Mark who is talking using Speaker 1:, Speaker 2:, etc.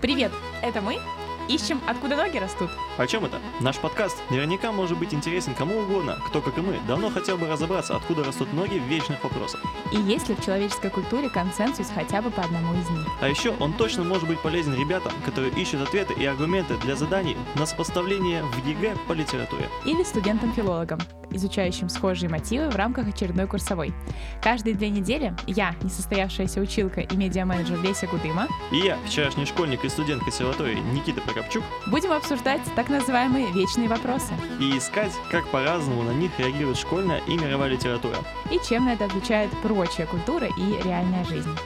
Speaker 1: Привет, это мы ищем, откуда ноги растут.
Speaker 2: О чем это? Наш подкаст наверняка может быть интересен кому угодно, кто, как и мы, давно хотел бы разобраться, откуда растут ноги в вечных вопросах.
Speaker 1: И есть ли в человеческой культуре консенсус хотя бы по одному из них?
Speaker 2: А еще он точно может быть полезен ребятам, которые ищут ответы и аргументы для заданий на сопоставление в ЕГЭ по литературе.
Speaker 1: Или студентам-филологам, изучающим схожие мотивы в рамках очередной курсовой. Каждые две недели я, несостоявшаяся училка и медиа-менеджер Леся Гудыма,
Speaker 2: И я, вчерашний школьник и студент консерватории Никита Прокопчук,
Speaker 1: будем обсуждать так называемые вечные вопросы
Speaker 2: и искать, как по-разному на них реагирует школьная и мировая литература.
Speaker 1: и чем на это отвечает прочая культура и реальная жизнь.